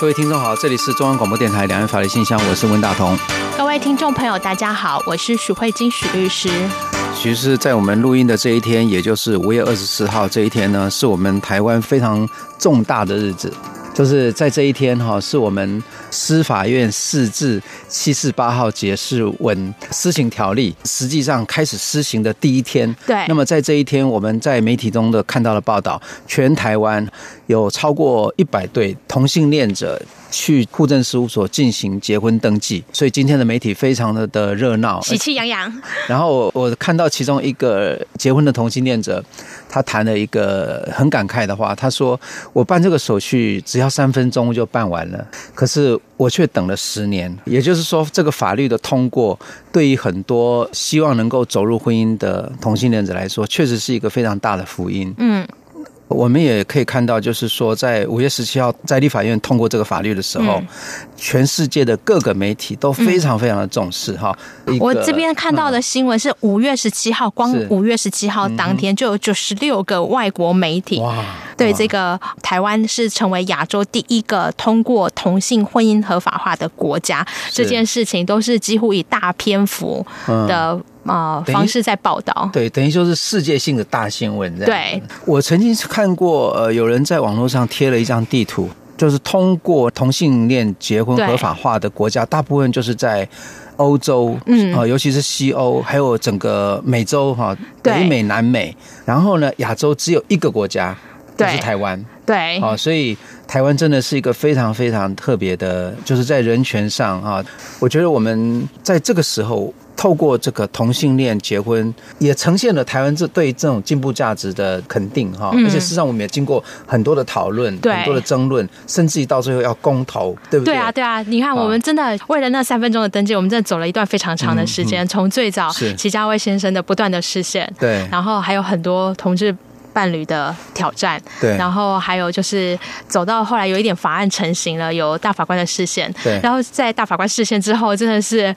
各位听众好，这里是中央广播电台两岸法律信箱，我是温大同。各位听众朋友，大家好，我是许慧金许律师。其实，在我们录音的这一天，也就是五月二十四号这一天呢，是我们台湾非常重大的日子，就是在这一天哈，是我们司法院释字七四八号解释文施行条例实际上开始施行的第一天。对那么在这一天，我们在媒体中的看到了报道，全台湾有超过一百对同性恋者。去户政事务所进行结婚登记，所以今天的媒体非常的的热闹，喜气洋洋，然后我看到其中一个结婚的同性恋者，他谈了一个很感慨的话，他说：“我办这个手续只要三分钟就办完了，可是我却等了十年。”也就是说，这个法律的通过，对于很多希望能够走入婚姻的同性恋者来说，确实是一个非常大的福音。嗯，我们也可以看到，就是说，在五月十七号，在立法院通过这个法律的时候，嗯全世界的各个媒体都非常非常的重视哈。一个我这边看到的新闻是五月十七号，光是嗯五月十七号当天就有九十六个外国媒体哇，对哇这个台湾是成为亚洲第一个通过同性婚姻合法化的国家，这件事情都是几乎以大篇幅的呃等于方式在报道。嗯对，等于说是世界性的大新闻这样。对，我曾经看过，呃，有人在网络上贴了一张地图，就是通过同性恋结婚对合法化的国家，大部分就是在欧洲，嗯呃，尤其是西欧，还有整个美洲哈，对北美、南美，然后呢，亚洲只有一个国家。就是对台湾对，啊，所以台湾真的是一个非常非常特别的，就是在人权上啊，我觉得我们在这个时候透过这个同性恋结婚，也呈现了台湾这对这种进步价值的肯定哈、嗯而且事实上，我们也经过很多的讨论，对很多的争论，甚至于到最后要公投，对不对？对啊，对啊，你看，啊我们真的为了那三分钟的登记，我们真的走了一段非常长的时间，从最早嗯是齐家威先生的不断的视线，对然后还有很多同志。伴侣的挑战，对然后还有就是走到后来有一点法案成型了，有大法官的视线，对然后在大法官视线之后，真的是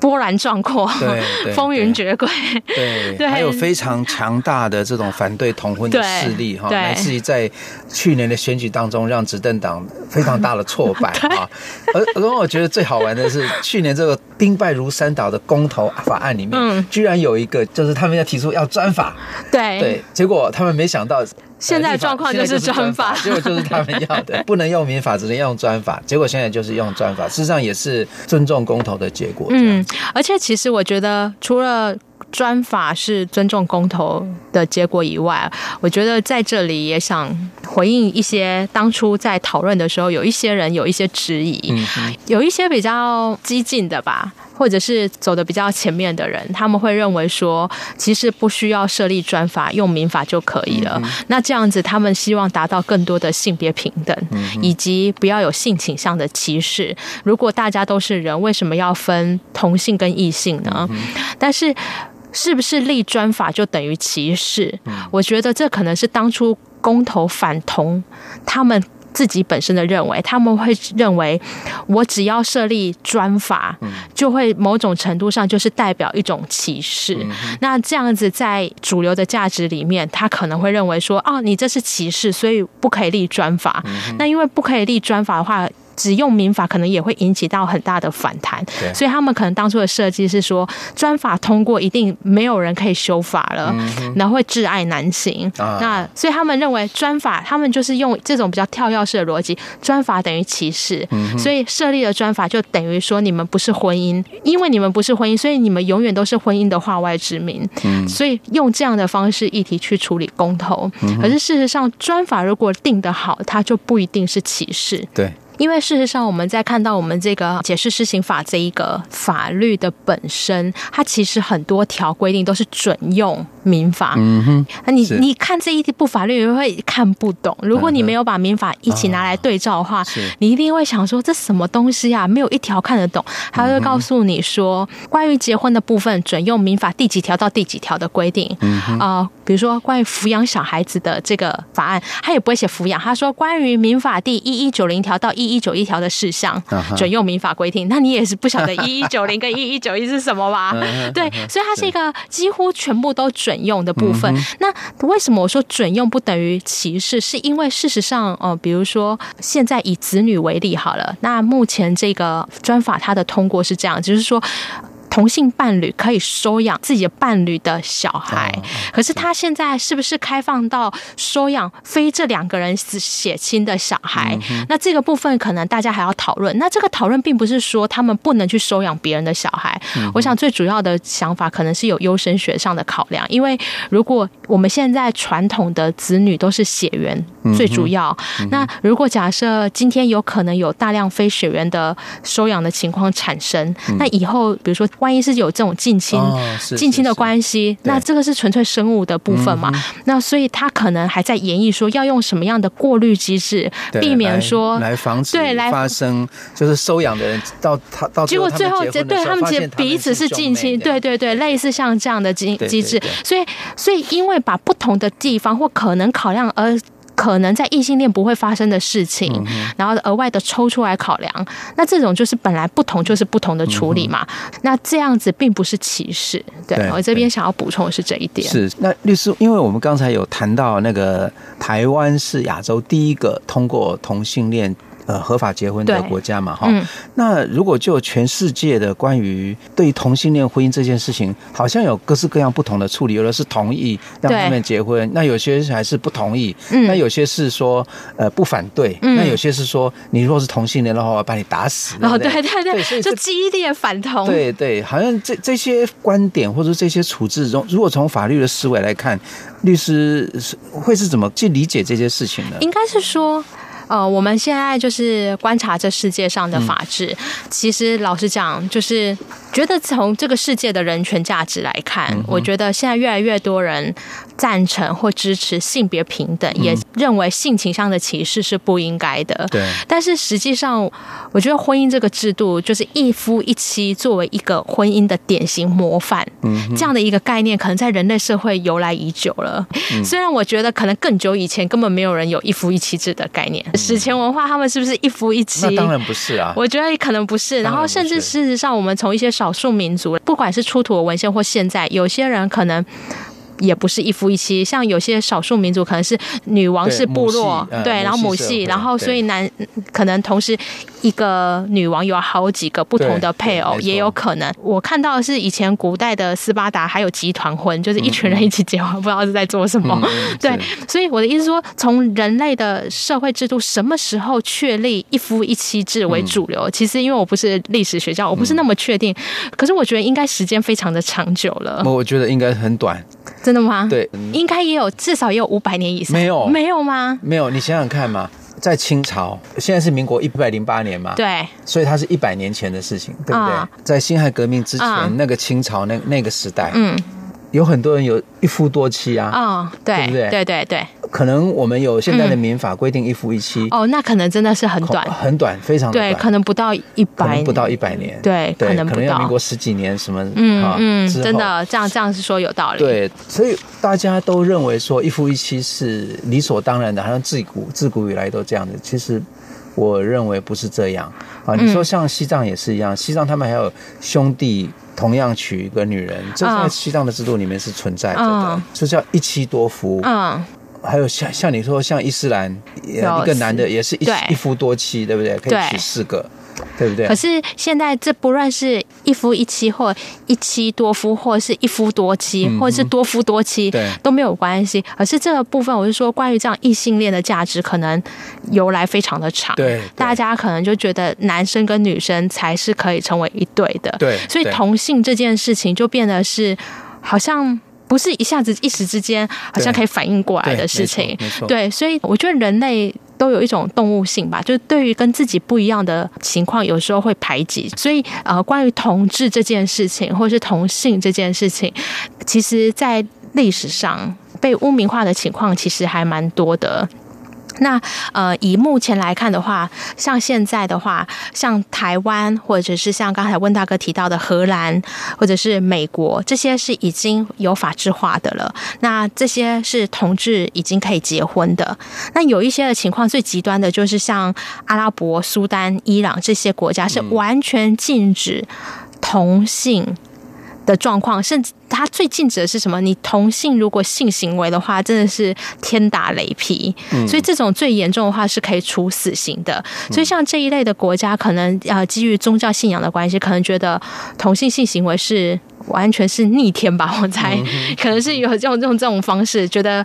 波澜壮阔对对， 风云决轨， 对，对还有非常强大的这种反对同婚的对势力哈，对来自于在去年的选举当中让执政党非常大的挫 败啊。而而我觉得最好玩的是，去年这个兵败如山倒的公投法案里面，嗯居然有一个就是他们要提出要专法，对对，结果他们没想到。呃现在立法状况现在就是就是专专法 结果就是他们要的，不能用民法，只能用专法。结果现在就是用专法，事实上也是尊重公投的结果。这样嗯，而且其实我觉得，除了专法是尊重公投的结果以外，我觉得在这里也想回应一些当初在讨论的时候，有一些人有一些质疑，嗯哼有一些比较激进的吧，或者是走的比较前面的人，他们会认为说，其实不需要设立专法，用民法就可以了。那这样子，他们希望达到更多的性别平等，以及不要有性倾向的歧视。如果大家都是人，为什么要分同性跟异性呢？但是。是不是立专法就等于歧视？我觉得这可能是当初公投反同他们自己本身的认为，他们会认为我只要设立专法，就会某种程度上就是代表一种歧视。那这样子在主流的价值里面，他可能会认为说，哦，你这是歧视，所以不可以立专法。那因为不可以立专法的话。只用民法可能也会引起到很大的反弹对，所以他们可能当初的设计是说，专法通过一定没有人可以修法了，然后会挚爱难行。啊那所以他们认为专法，他们就是用这种比较跳跃式的逻辑，专法等于歧视，嗯所以设立了专法就等于说你们不是婚姻，因为你们不是婚姻，所以你们永远都是婚姻的化外之民。嗯所以用这样的方式议题去处理嗯公投，可是事实上专法如果定得好，它就不一定是歧视。对，因为事实上，我们在看到我们这个解释施行法这一个法律的本身，它其实很多条规定都是准用民法。嗯哼，那啊你是你看这一部法律会看不懂，如果你没有把民法一起拿来对照的话，嗯是你一定会想说这什么东西啊，没有一条看得懂。他会告诉你说，关于结婚的部分准用民法第几条到第几条的规定。嗯啊、比如说关于抚养小孩子的这个法案，他也不会写抚养，他说关于民法第一一九零条到一一九一条的事项啊哈准用民法规定。那你也是不晓得一一九零跟一一九一是什么吧？对，所以它是一个几乎全部都准用的部分。那为什么我说准用不等于歧视？是因为事实上，呃，比如说现在以子女为例好了，那目前这个专法它的通过是这样，就是说。同性伴侣可以收养自己的伴侣的小孩，可是他现在是不是开放到收养非这两个人血亲的小孩？那这个部分可能大家还要讨论。那这个讨论并不是说他们不能去收养别人的小孩，我想最主要的想法可能是有优生学上的考量，因为如果我们现在传统的子女都是血缘嗯最主要，那如果假设今天有可能有大量非血缘的收养的情况产生，那以后比如说万一是有这种近亲、嗯哦是近亲是的是关系，对嗯那这个是纯粹生物的部分嘛？那所以他可能还在演绎说要用什么样的过滤机制，对避免来说来防止对来发生，就是收养的人到他到结果最后结结对他他们结彼此是近亲，对对对，类似像这样的机对对机制对，所以所以因为把不同的地方或可能考量而。可能在异性恋不会发生的事情，嗯然后额外的抽出来考量，那这种就是本来不同就是不同的处理嘛。那这样子并不是歧视，对嗯对我这边想要补充的是这一点。是那律师，因为我们刚才有谈到那个台湾是亚洲第一个通过同性恋。呃，合法结婚的对国家嘛，哈、嗯那如果就全世界的关于对同性恋婚姻这件事情，好像有各式各样不同的处理，有的是同意让对他们结婚，那有些还是不同意，嗯那有些是说呃不反对，嗯那有些是说你若是同性恋的话，我要把你打死。哦，对对不对对所以对，就这激烈反同，对对，好像这这些观点或者这些处置中，如果从法律的思维来看，律师是会是怎么去理解这些事情呢？应该是说。呃，我们现在就是观察这世界上的法治。其实老实讲，就是觉得从这个世界的人权价值来看，我觉得现在越来越多人赞成或支持性别平等，也认为性倾向的歧视是不应该的。对但是实际上，我觉得婚姻这个制度就是一夫一妻作为一个婚姻的典型模范，嗯这样的一个概念，可能在人类社会由来已久了。嗯虽然我觉得可能更久以前根本没有人有一夫一妻制的概念，史前文化他们是不是一夫一妻？那当然不是啊，我觉得可能不是，然当然后不甚至是事实上，我们从一些少数民族，不管是出土的文献或现在，有些人可能。也不是一夫一妻，像有些少数民族可能是女王对是部落母，系呃对，然后母母系社系，会然后对所以男可能同时一个女王有好几个不同对对的配偶，没错也有可能。我看到的是以前古代的斯巴达还有集团婚，就是一群人一起结婚，不知道是在做什么。嗯对是，所以我的意思说，从人类的社会制度什么时候确立一夫一妻制嗯为主流？其实因为我不是历史学家，我不是那么确定，嗯可是我觉得应该时间非常的长久了，我我觉得应该很短，真的吗？，对，应该也有至少也有五百年以上，没有没有吗？没有，你想想看嘛，在清朝，现在是民国一百零八年嘛，对，所以它是一百年前的事情，对不对？啊在辛亥革命之前，啊那个清朝那那个时代，嗯，有很多人有一夫多妻啊，哦，对对，不对对对对可能我们有现在的民法规定一夫一妻，嗯哦，那可能真的是很短，很短，非常的对，短，可能不到可一百，能不到一百年，对，对，可能不要民到国。十几年什么，嗯啊嗯，之后真的，这样这样是说有道理。对，所以大家都认为说一夫一妻是理所当然的，好像自古自古以来都这样子。其实我认为不是这样啊。你嗯说像西藏也是一样，西藏他们还有兄弟同样娶一个女人，这啊在西藏的制度里面是存在着的啊，这叫一妻多夫。嗯，还有像像你说像伊斯兰，有呃一个男的也是一对一夫多妻，对不对？可对以娶四个，对不对可？是现在这不论是一夫一妻，或一妻多夫，或是一夫多妻，或者是多夫多妻，嗯对都没有关系。而是这个部分，我是说关于这样异性恋的价值，可能由来非常的长。对对大家可能就觉得男生跟女生才是可以成为一对的。对所以对同性这件事情就变得是好像。不是一下子一时之间好像对可以反应过来对的事没错情没，错对，所以我觉得人类都有一种动物性吧，就是对于跟自己不一样的情况，有时候会排挤。所以呃，关于同志这件事情，或是同性这件事情，其实在历史上被污名化的情况其实还蛮多的。那呃，以目前来看的话，像现在的话，像台湾或者是像刚才温大哥提到的荷兰或者是美国，这些是已经有法制化的了。那这些是同志已经可以结婚的。那有一些的情况最极端的就是像阿拉伯、苏丹、伊朗这些国家是完全禁止同性的状况，甚至它最禁止的是什么？你同性如果性行为的话，真的是天打雷劈。所以这种最严重的话是可以处死刑的。所以像这一类的国家，可能呃基于宗教信仰的关系，可能觉得同性性行为是完全是逆天吧，我猜，可能是有用用这种方式觉得。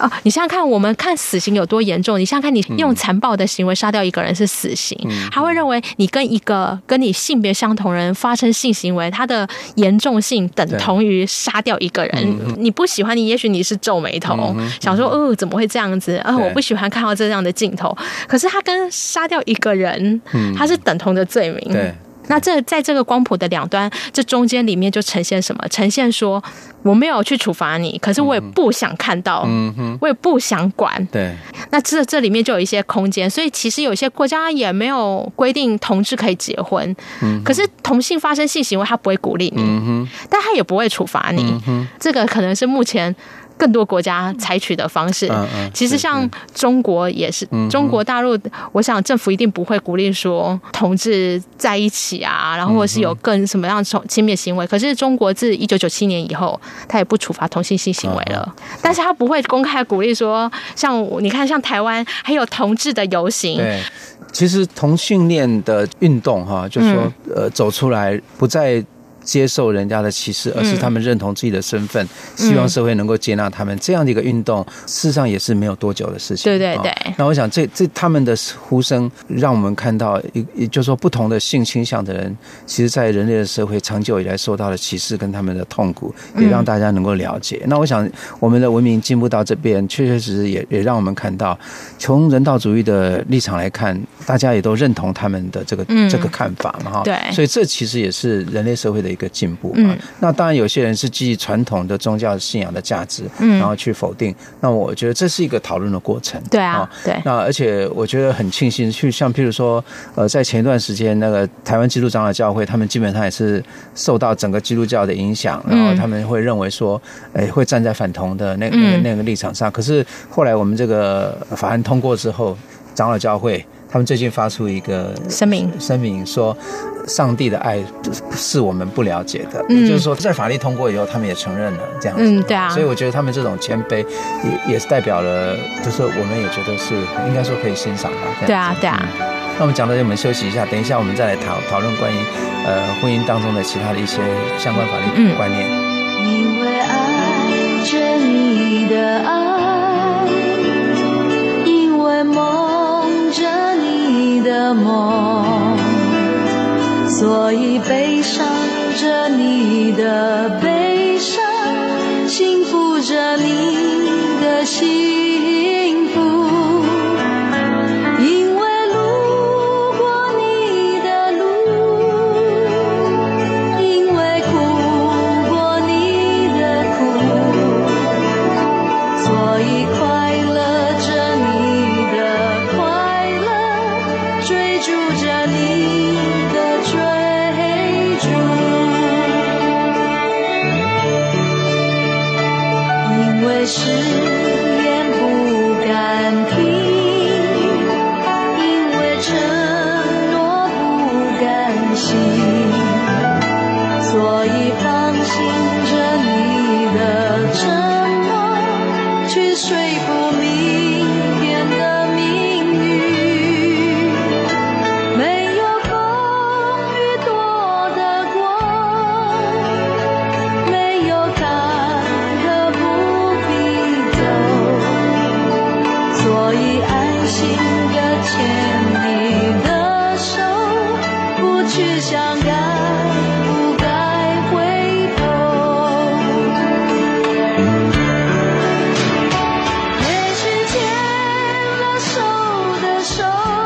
哦，你想想看，我们看死刑有多严重？你想想看，你嗯用残暴的行为杀掉一个人是死刑，他会认为你跟一个跟你性别相同人发生性行为，它的严重性等同于杀掉一个嗯人。你不喜欢你，也许你是皱眉头，想说哦，怎么会这样子？啊、对我不喜欢看到这样的镜头。可是他跟杀掉一个人，他是等同的罪名。嗯对，那这在这个光谱的两端，这中间里面就呈现什么？呈现说我没有去处罚你，可是我也不想看到，嗯哼，我也不想管。对，那这这里面就有一些空间，所以其实有些国家也没有规定同志可以结婚，可是同性发生性行为，他不会鼓励你，嗯嗯哼，嗯但他也不会处罚你。哼这个可能是目前更多国家采取的方式。嗯嗯其实像中国也是，中国大陆，我想政府一定不会鼓励说同志在一起啊，然后或是有更什么样从亲密行为。可是中国自一九九七年以后，他也不处罚同性性行为了，但是他不会公开鼓励说，像我你看，像台湾还有同志的游行，对。其实同性恋的运动哈，就说嗯呃走出来不再。接受人家的歧视，而嗯是他们认同自己的身份，希望社会能够接纳他们这样的一个运动，事实上也是没有多久的事情。对对啊对那我想这这他们的呼声，让我们看到一，也就是说不同的性倾向的人，其实，在人类的社会长久以来受到的歧视跟他们的痛苦，嗯也让大家能够了解。那我想，我们的文明进步到这边，确确实实也也让我们看到，从人道主义的立场来看，大家也都认同他们的这个、嗯这个看法嘛，哈。对所以这其实也是人类社会的一个进步嘛。嗯那当然，有些人是基于传统的宗教信仰的价值，嗯然后去否定。那我觉得这是一个讨论的过程。对啊哦，对，那而且我觉得很庆幸，去像譬如说，呃，在前一段时间，那个台湾基督长老教会，他们基本上也是受到整个基督教的影响，嗯然后他们会认为说，哎，会站在反同的那那个嗯那个立场上。可是后来我们这个法案通过之后，长老教会他们最近发出一个声明，声明说，上帝的爱是我们不了解的，嗯也就是说，在法律通过以后，他们也承认了这样子。嗯对啊所以我觉得他们这种谦卑也也是代表了，就是我们也觉得是应该说可以欣赏吧。这对样啊子，对啊。嗯那我们讲到这，我们休息一下，等一下我们再来讨讨论关于呃婚姻当中的其他的一些相关法律嗯观念。因为爱着你的爱，因为梦着你的梦，所以悲伤着你的悲伤，幸福着你的幸福。因为路过你的路。因为苦过你的苦，所以快乐着你的快乐，追逐着你的追逐。因为誓言不敢听，因为承诺不甘心。所以放心着你的沉默，去说服明天的命运。没有风雨躲得过，没有坎坷不必走，所以安心的牵你的手，不去想该不该回头。也许牵了手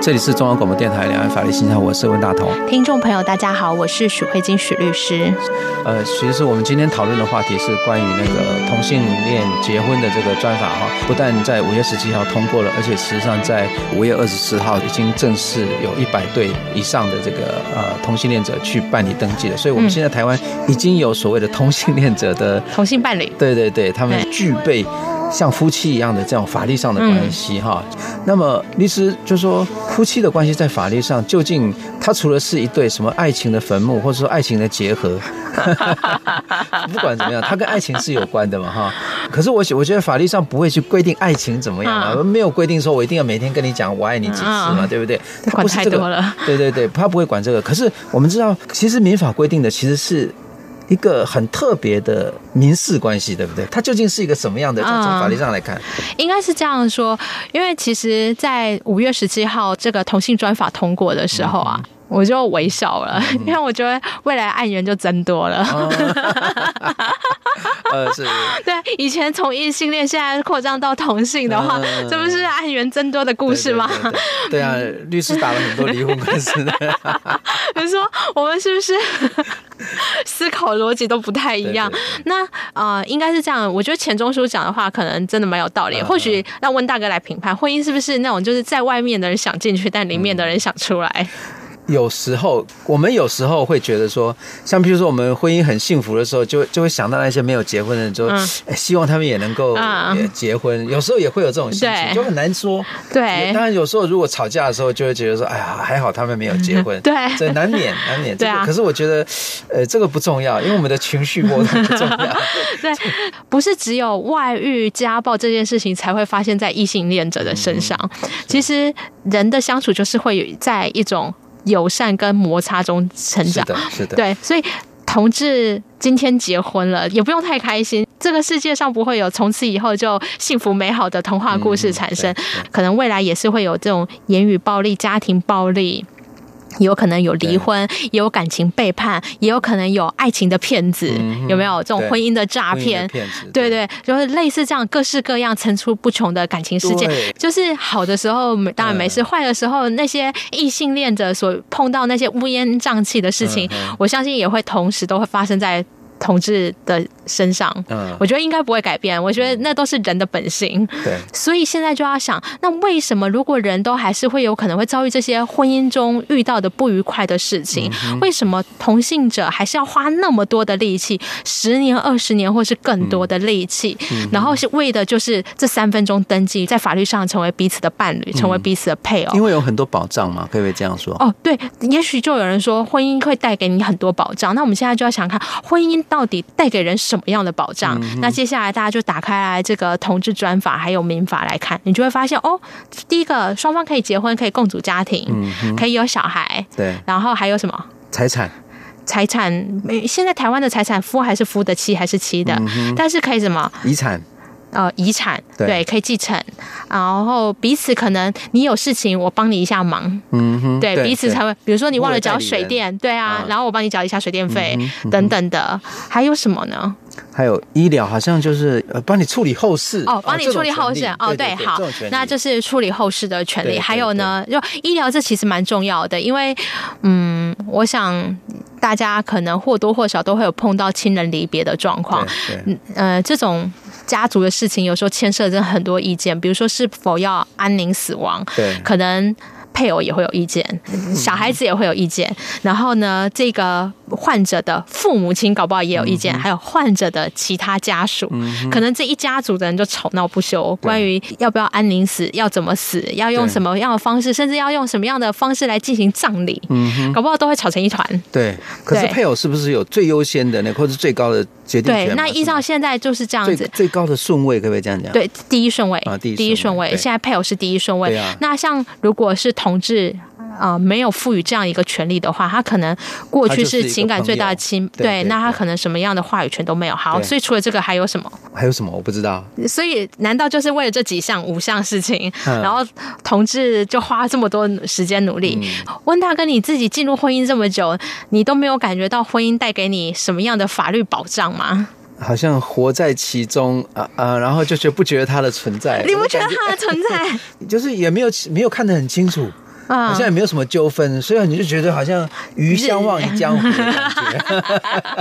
这里是中央广播电台两岸法律信箱，我是温大同。听众朋友，大家好，我是许慧金许律师。呃，其实我们今天讨论的话题是关于那个同性恋结婚的这个专法哈，不但在五月十七号通过了，而且事实上在五月二十四号已经正式有一百对以上的这个呃同性恋者去办理登记了。所以我们嗯现在台湾已经有所谓的同性恋者的，同性伴侣，对对对，他们对具备像夫妻一样的这种法律上的关嗯系哈。那么律师就说，夫妻的关系在法律上究竟它除了是一对什么爱情的坟墓，或者说爱情的结合， 不管怎么样，它跟爱情是有关的嘛哈。可是我我觉得法律上不会去规定爱情怎么样啊，嗯没有规定说我一定要每天跟你讲我爱你几次嘛，嗯对不对？它管不是这太个多了 对对对，他不会管这个。可是我们知道，其实民法规定的其实是。一个很特别的民事关系，对不对？它究竟是一个什么样的？从嗯法律上来 看，应该是这样说，因为其实，在五月十七号这个同性专法通过的时候嗯啊。我就微笑了， 因为我觉得未来案源就增多了。啊呃，是 对，以前从异性恋现在扩张到同性的话，嗯这不是案源增多的故事吗？对对对对对啊，律师打了很多离 婚官司的，比如说，我们是不 是思考逻辑都不太一样？对那呃，应该是这样。我觉得钱钟书讲的话，可能真的蛮有道理。嗯或许让温大哥来评判，婚姻是不是那种就是在外面的人想进去，但里面的人想出来？有时候我们有时候会觉得说，像比如说我们婚姻很幸福的时候，就就会想到那些没有结婚的人，就、嗯哎希望他们也能够嗯也结婚。有时候也会有这种心情，对就很难说。也 对当，然有时候如果吵架的时候，就会觉得说，哎呀，还好他们没有结婚。对这难 免难免。这对个啊可是我觉得，呃，这个不重要，因为我们的情绪波动不重 要。对，不是只有外遇、家暴这件事情才会发现在异性恋者的身上。其实人的相处就是会有在一种友善跟摩擦中成是长。的，是的。对，所以同志今天结婚了，也不用太开心。这个世界上不会有从此以后就幸福美好的童话故事产生，嗯对对可能未来也是会有这种言语暴力、家庭暴力。有可能有离婚，也有感情背叛，也有可能有爱情的骗子，嗯哼有没有这种对婚姻的诈婚姻的骗？骗子，对对，就是类似这样各式各样层出不穷的感情事件对，就是好的时候没当然没事，嗯坏的时候那些异性恋者所碰到那些乌烟瘴气的事情，嗯嗯我相信也会同时都会发生在同志的身上。嗯我觉得应该不会改变，我觉得那都是人的本性。对。所以现在就要想，那为什么如果人都还是会有可能会遭遇这些婚姻中遇到的不愉快的事情，嗯为什么同性者还是要花那么多的力气，十年、二十年或是更多的力气，嗯然后是为的就是这三分钟登记，在法律上成为彼此的伴侣，成为彼此的配偶。嗯因为有很多保障嘛，可不可以这样说？哦，对，也许就有人说婚姻会带给你很多保障，那我们现在就要想看婚姻到底带给人什么样的保障。那接下来大家就打开来这个同志专法还有民法来看，你就会发现哦，第一个双方可以结婚，可以共组家庭，可以有小孩，对，然后还有什么？财产财产，没现在台湾的财产夫还是夫的，妻还是妻的，但是可以什么？遗产，呃遗产，对可以继承，然后彼此可能你有事情我帮你一下忙，嗯哼，对彼此才会，比如说你忘了互缴为代理水人电，对啊啊，嗯然后我帮你缴一下水电费等等的，还有什么呢？还有医疗，好像就是呃，帮你处理后事哦，帮你这种处理后事权利哦，对，好这种权，利那就是处理后事的权对利。对还有呢，就医疗这其实蛮重要的，因为嗯，我想大家可能或多或少都会有碰到亲人离别的状况，对对嗯呃，这种家族的事情有时候牵涉着很多意见，比如说是否要安宁死亡，对可能。配偶也会有意见，小孩子也会有意见，然后呢，这个患者的父母亲搞不好也有意见，还有患者的其他家属，可能这一家族的人就吵闹不休，关于要不要安宁死，要怎么死，要用对什么样的方式，甚至要用什么样的方式来进行葬礼，搞不好都会吵成一团。对。可是对配偶是不是有最优先的那个或者最高的决定对权嘛？，那依照现在就是这样是吗最子，最高的顺位，可不可以这样讲？，对，第一顺位啊第一顺位顺位，对现在配偶是第一顺位。对啊那像如果是同志。啊、没有赋予这样一个权利的话，他可能过去他就是一个情感最大的亲，朋友对对那他对可能什么样的话语权都没有。好，对所以除了这个还有什么？还有什么我不知道？所以难道就是为了这几项五项事情，嗯然后同志就花这么多时间努力？嗯温大哥，你自己进入婚姻这么久，你都没有感觉到婚姻带给你什么样的法律保障吗？好像活在其中啊啊，然后就觉得不觉得它的存在？ 你不觉得哎我就感 它的存在？嗯就是也没有没有看得很清楚。啊好像也没有什么纠纷，所以你就觉得好像鱼相忘于江湖的感 觉。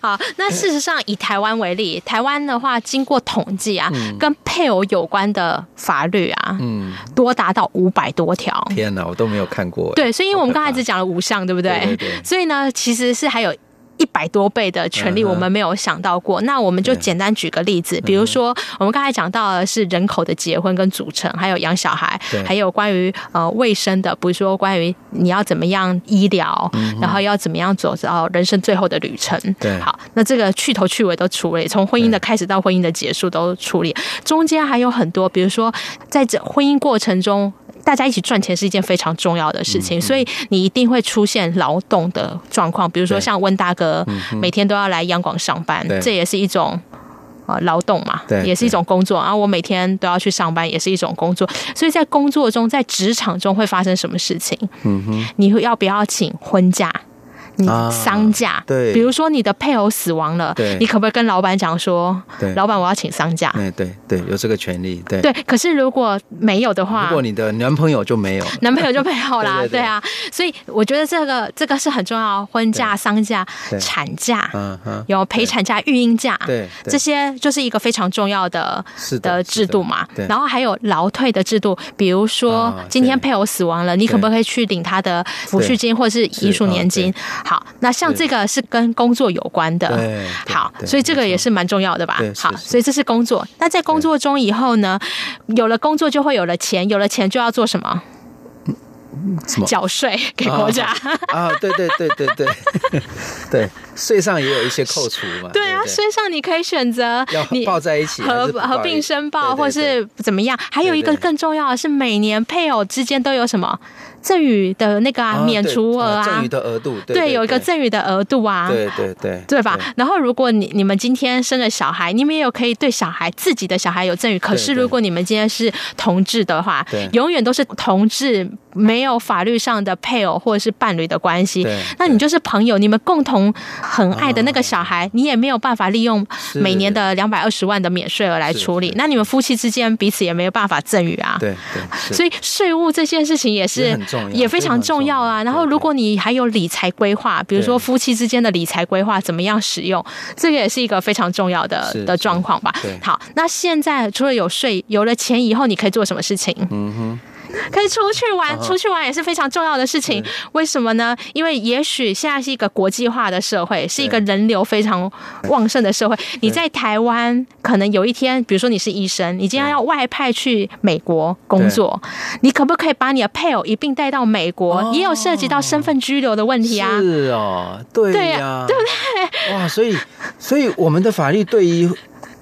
好，那嗯事实上以台湾为例，台湾的话，经过统计啊，跟配偶有关的法律啊，嗯，多达到五百多条。天哪，我都没有看过。对，所以因为我们刚才好可怕只讲了五项，对不对？对对对所以呢，其实是还有。一百多倍的权利，嗯哼我们没有想到过。嗯那我们就对简单举个例子，嗯比如说我们刚才讲到的是人口的结婚跟组成，还有养小孩对，还有关于呃卫生的，比如说关于你要怎么样医疗，然后要怎么样走到人生最后的旅程。嗯对好，那这个去头去尾都处理，从婚姻的开始到婚姻的结束都处理，中间还有很多，比如说在这婚姻过程中。大家一起赚钱是一件非常重要的事嗯情，所以你一定会出现劳动的状况，比如说对像温大哥每天都要来央广上班嗯对，这也是一种。呃，劳动嘛对，也是一种工作。然啊后我每天都要去上班，也是一种工作。所以在工作中，在职场中会发生什么事情？嗯哼，你会要不要请婚假？你啊丧假、对比如说你的配偶死亡了对，你可不可以跟老板讲说对，老板我要请丧假？哎，对对，有这个权利，对。对，可是如果没有的话，如果你的男朋友就没有了，男朋友就没有啦， 对对对啊，所以我觉得这个这个是很重要，婚假、丧假对、产假，嗯哼，有陪产假、育婴假，对对这些就是一个非常重要的是的是的的制度嘛对。然后还有劳退的制度，比如说啊今天对配偶死亡了，你可不可以去领他的抚恤金或是遗属年金是？啊好，那像是这个是跟工作有关的对对，好，对所以这个没错也是蛮重要的吧对？是好，是所以这是工作。那在工作中以后呢，有了工作就会有了钱，有了钱就要做什么？什么缴税给国家。哦啊，对对对对 对对，税上也有一些扣除嘛， 对啊，不税上你可以选择要你抱在一起还合是不合抱并一申报，对对或是怎么样。还有一个对对更重要的是，每年配偶之间都有什么赠与的那个啊啊免对除额啊赠啊与，的额度，对对，有一个对赠与的额度啊。对对对，对吧？然后，如果你你们今天生了小孩，你们也有可以对小孩自己的小孩有赠与。可是，对对如果你们今天是同志的话对，永远都是同志，没有法律上的配偶或者是伴侣的关系对。那你就是朋友，你们共同很爱的那个小孩，你也没有办法利用是每年的两百二十万的免税额来是处理是。那你们夫妻之间彼此也没有办法赠与啊。对对，是所以税务这件事情也是也很重要也非常重要非常重啊。要然后，如果你还有理财规划，比如说夫妻之间的理财规划怎么样使用，这个也是一个非常重要的是的状况吧是对。好，那现在除了有税，有了钱以后，你可以做什么事情？嗯哼，啊可以出去玩，出去玩也是非常重要的事情。为什么呢？因为也许现在是一个国际化的社会，是一个人流非常旺盛的社会。你在台湾，可能有一天，比如说你是医生，你今天要外派去美国工作，你可不可以把你的配偶一并带到美国？哦也有涉及到身份居留的问题啊。是哦，对对呀呀，对不对？哇，所以所以我们的法律对于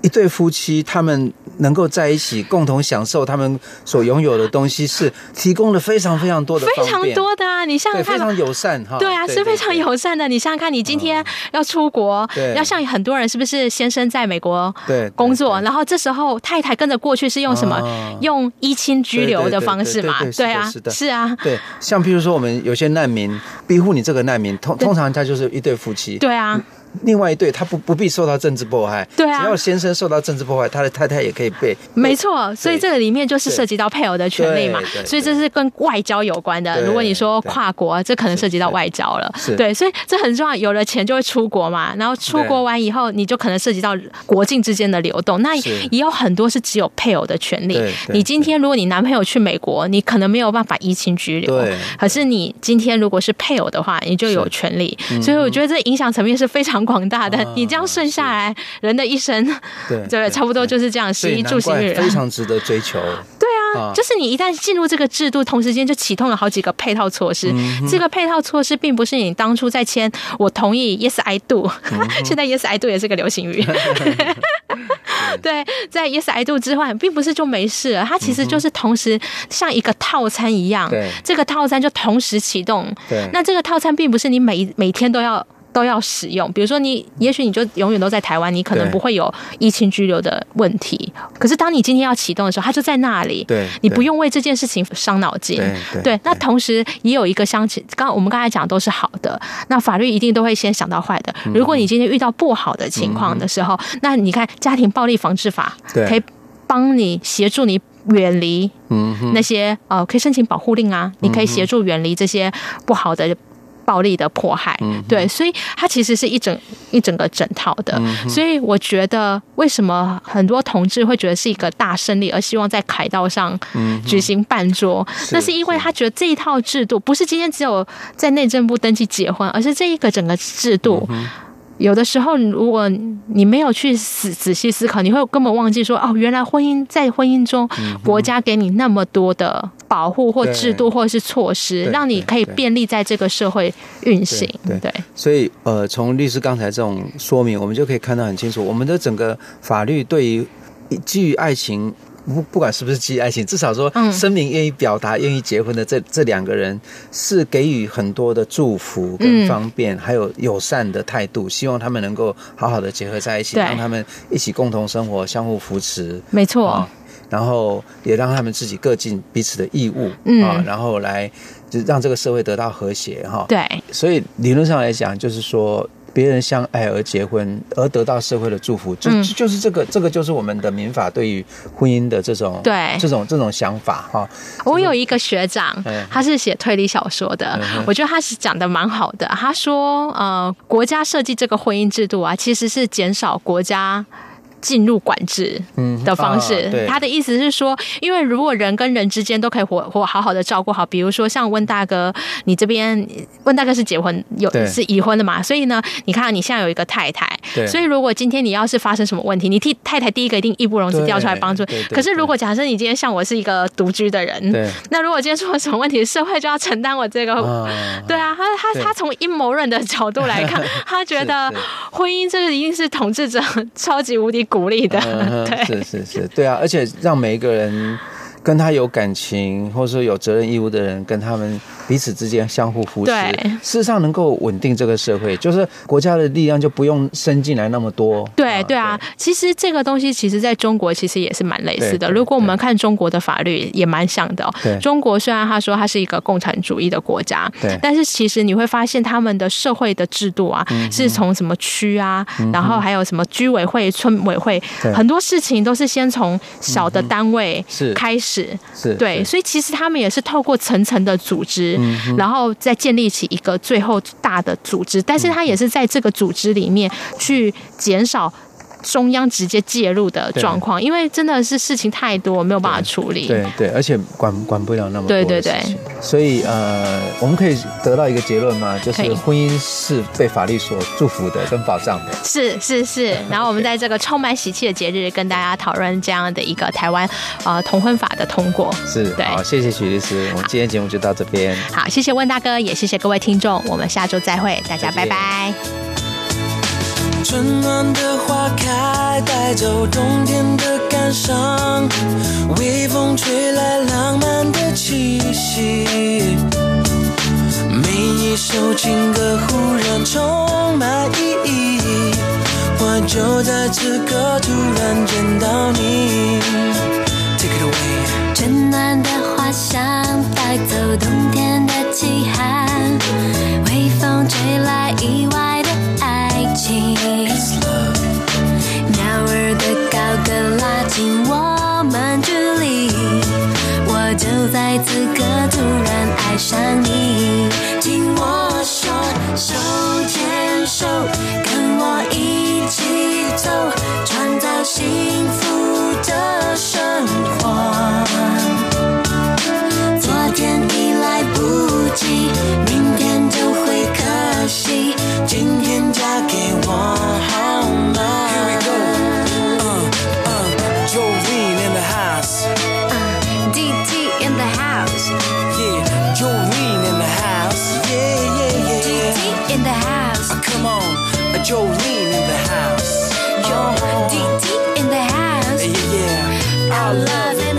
一对夫妻，他们能够在一起共同享受他们所拥有的东西，是提供了非常非常多的非方常便，多的啊！你想对想看非吧，常友善哈，对啊，是非常对嗯友善的。你想想看，你今天要出国，对要像很多人是不是先生在美国对对工作，对然后这时候太太跟着过去是用什么啊？用依亲居留的方式嘛对对？对对对啊是的，是是啊，对，像譬如说我们有些难民庇护你这个难民，通通常他就是一对夫妻，对啊，另外一对他不不必受到政治迫害，对啊只要先生受到政治迫害，他的太太也可以被没错。所以这个里面就是对涉及到配偶的权利嘛对对，对所以这是跟外交有关的。对如果你说对跨国，这可能涉及到是外交了是，对，所以这很重要。有了钱就会出国嘛，然后出国对完以后，你就可能涉及到国境之间的流动，那是也有很多是只有配偶的权利对。对你今天如果你男朋友去美国，你可能没有办法移情居留对，可是你今天如果是配偶的话，你就有权利。所以我觉得这影响层面是非常广大的啊。你这样顺下来，人的一生，对对，差不多就是这样，所食以衣住难行怪娱乐非。常值得追求。对啊啊，就是你一旦进入这个制度，同时间就启动了好几个配套措施。嗯这个配套措施并不是你当初在签“我同意 ”，Yes I do，、嗯现 在 Yes I do 也是个流行 语。对，在 Yes I do 之外，并不是就没事了，它其实就是同时像一个套餐一样，嗯对这个套餐就同时启动。对那这个套餐并不是你每每天都要。都要使用，比如说你，也许你就永远都在台湾，你可能对不会有疫情居留的问题。可是当你今天要启动的时候，它就在那里，对你对不用为这件事情伤脑筋。对对对那同时也有一个相起，刚我们刚才讲都是好的，那法律一定都会先想到坏的。嗯如果你今天遇到不好的情况的时候，那你看《家庭暴力防治法》对可以帮你协助你。远离嗯哼，嗯那些呃可以申请保护令啊，你可以协助远离这些不好的。暴力的迫害，嗯对，所以它其实是一整一整个整套的，嗯所以我觉得为什么很多同志会觉得是一个大胜利，而希望在凯道上嗯举行办桌，那是因为他觉得这一套制度不是今天只有在内政部登记结婚，而是这一个整个制度。嗯有的时候，如果你没有去仔仔细思考，你会根本忘记说哦，原来婚姻在婚姻中，国家给你那么多的保护或嗯对制度或者是措施，对让你对可以对便利在这个社会运行。对对所以，呃，从律师刚才这种说明，我们就可以看到很清楚，我们的整个法律对于基于爱情，不不管是不是基于爱情，至少说嗯声明愿意表达、愿意结婚的这这两个人，是给予很多的祝福跟嗯方便，还有友善的态度，希望他们能够好好的结合在一起，对让他们一起共同生活，相互扶持。没错。啊，然后也让他们自己各尽彼此的义务，嗯啊，然后来就让这个社会得到和谐哈。对，所以理论上来讲，就是说别人相爱而结婚，而得到社会的祝福，就、嗯就就是这个，这个就是我们的民法对于婚姻的这种对这种这种想法哈。我有一个学长嗯，他是写推理小说的嗯哼，我觉得他是讲的蛮好的。他说，呃，国家设计这个婚姻制度啊，其实是减少国家。进入管制嗯的方式，啊对他的意思是说，因为如果人跟人之间都可以活活好好的照顾好，比如说像温大哥，你这边温大哥是结婚有对是已婚的嘛，所以呢，你看啊你现在有一个太太对，所以如果今天你要是发生什么问题，你替太太第一个一定义不容辞调出来帮助对对。对可是对如果假设你今天像我是一个独居的人，对那如果今天出了什么问题，社会就要承担我这个。啊，对啊，他对他他从阴谋论的角度来看，他觉得 是婚姻这个一定是统治者 超级无敌鼓励的，嗯哼 对是是是，对啊，而且让每一个人。跟他有感情，或者说有责任义务的人，跟他们彼此之间相互扶持对，事实上能够稳定这个社会，就是国家的力量就不用伸进来那么多。对对啊，其实这个东西其实在中国其实也是蛮类似对的。对如果我们看中国的法律，也蛮像的哦对。中国虽然他说它是一个共产主义的国家对，但是其实你会发现他们的社会的制度啊，嗯是从什么区啊，然后还有什么居委会、村委会对，嗯很多事情都是先从小的单位是开始。是对，是所以其实他们也是透过层层的组织，嗯然后再建立起一个最后大的组织，但是它也是在这个组织里面去减少。中央直接介入的状况，因为真的是事情太多，没有办法处理。对对，而且管管不了那么多对的对事对情，所以呃，我们可以得到一个结论吗？就可是以婚姻是被法律所祝福的跟保障的。是 是是。然后我们在这个充满喜气的节日，跟大家讨论这样的一个台湾呃同婚法的通过。是，对好，谢谢许律师，我们今天节目就到这边。好，谢谢温大哥，也谢谢各位听众，我们下周再会，大家再见拜拜。春暖的花开，带走冬天的感伤。微风吹来浪漫的气息，每一首情歌忽然充满意义。我就在此刻突然见到你，Take it away。春暖的花香带走冬天的饥寒，微风吹来意外的爱情，鸟儿的高歌拉近我们距离，我就在此刻突然爱上你，紧握手，手牵手，跟我一起走，创造幸福的生活。昨天已来不及，明天就会可惜。今天嫁给我好吗？Here we go，嗯嗯，Jolene in the house，yeah，Jolene DT in the house, in the house，yeah yeah yeah。 DT in the house, Ah, Come on, a Jolene in the house， yo, DT in the house. yeah yeah。 I love it.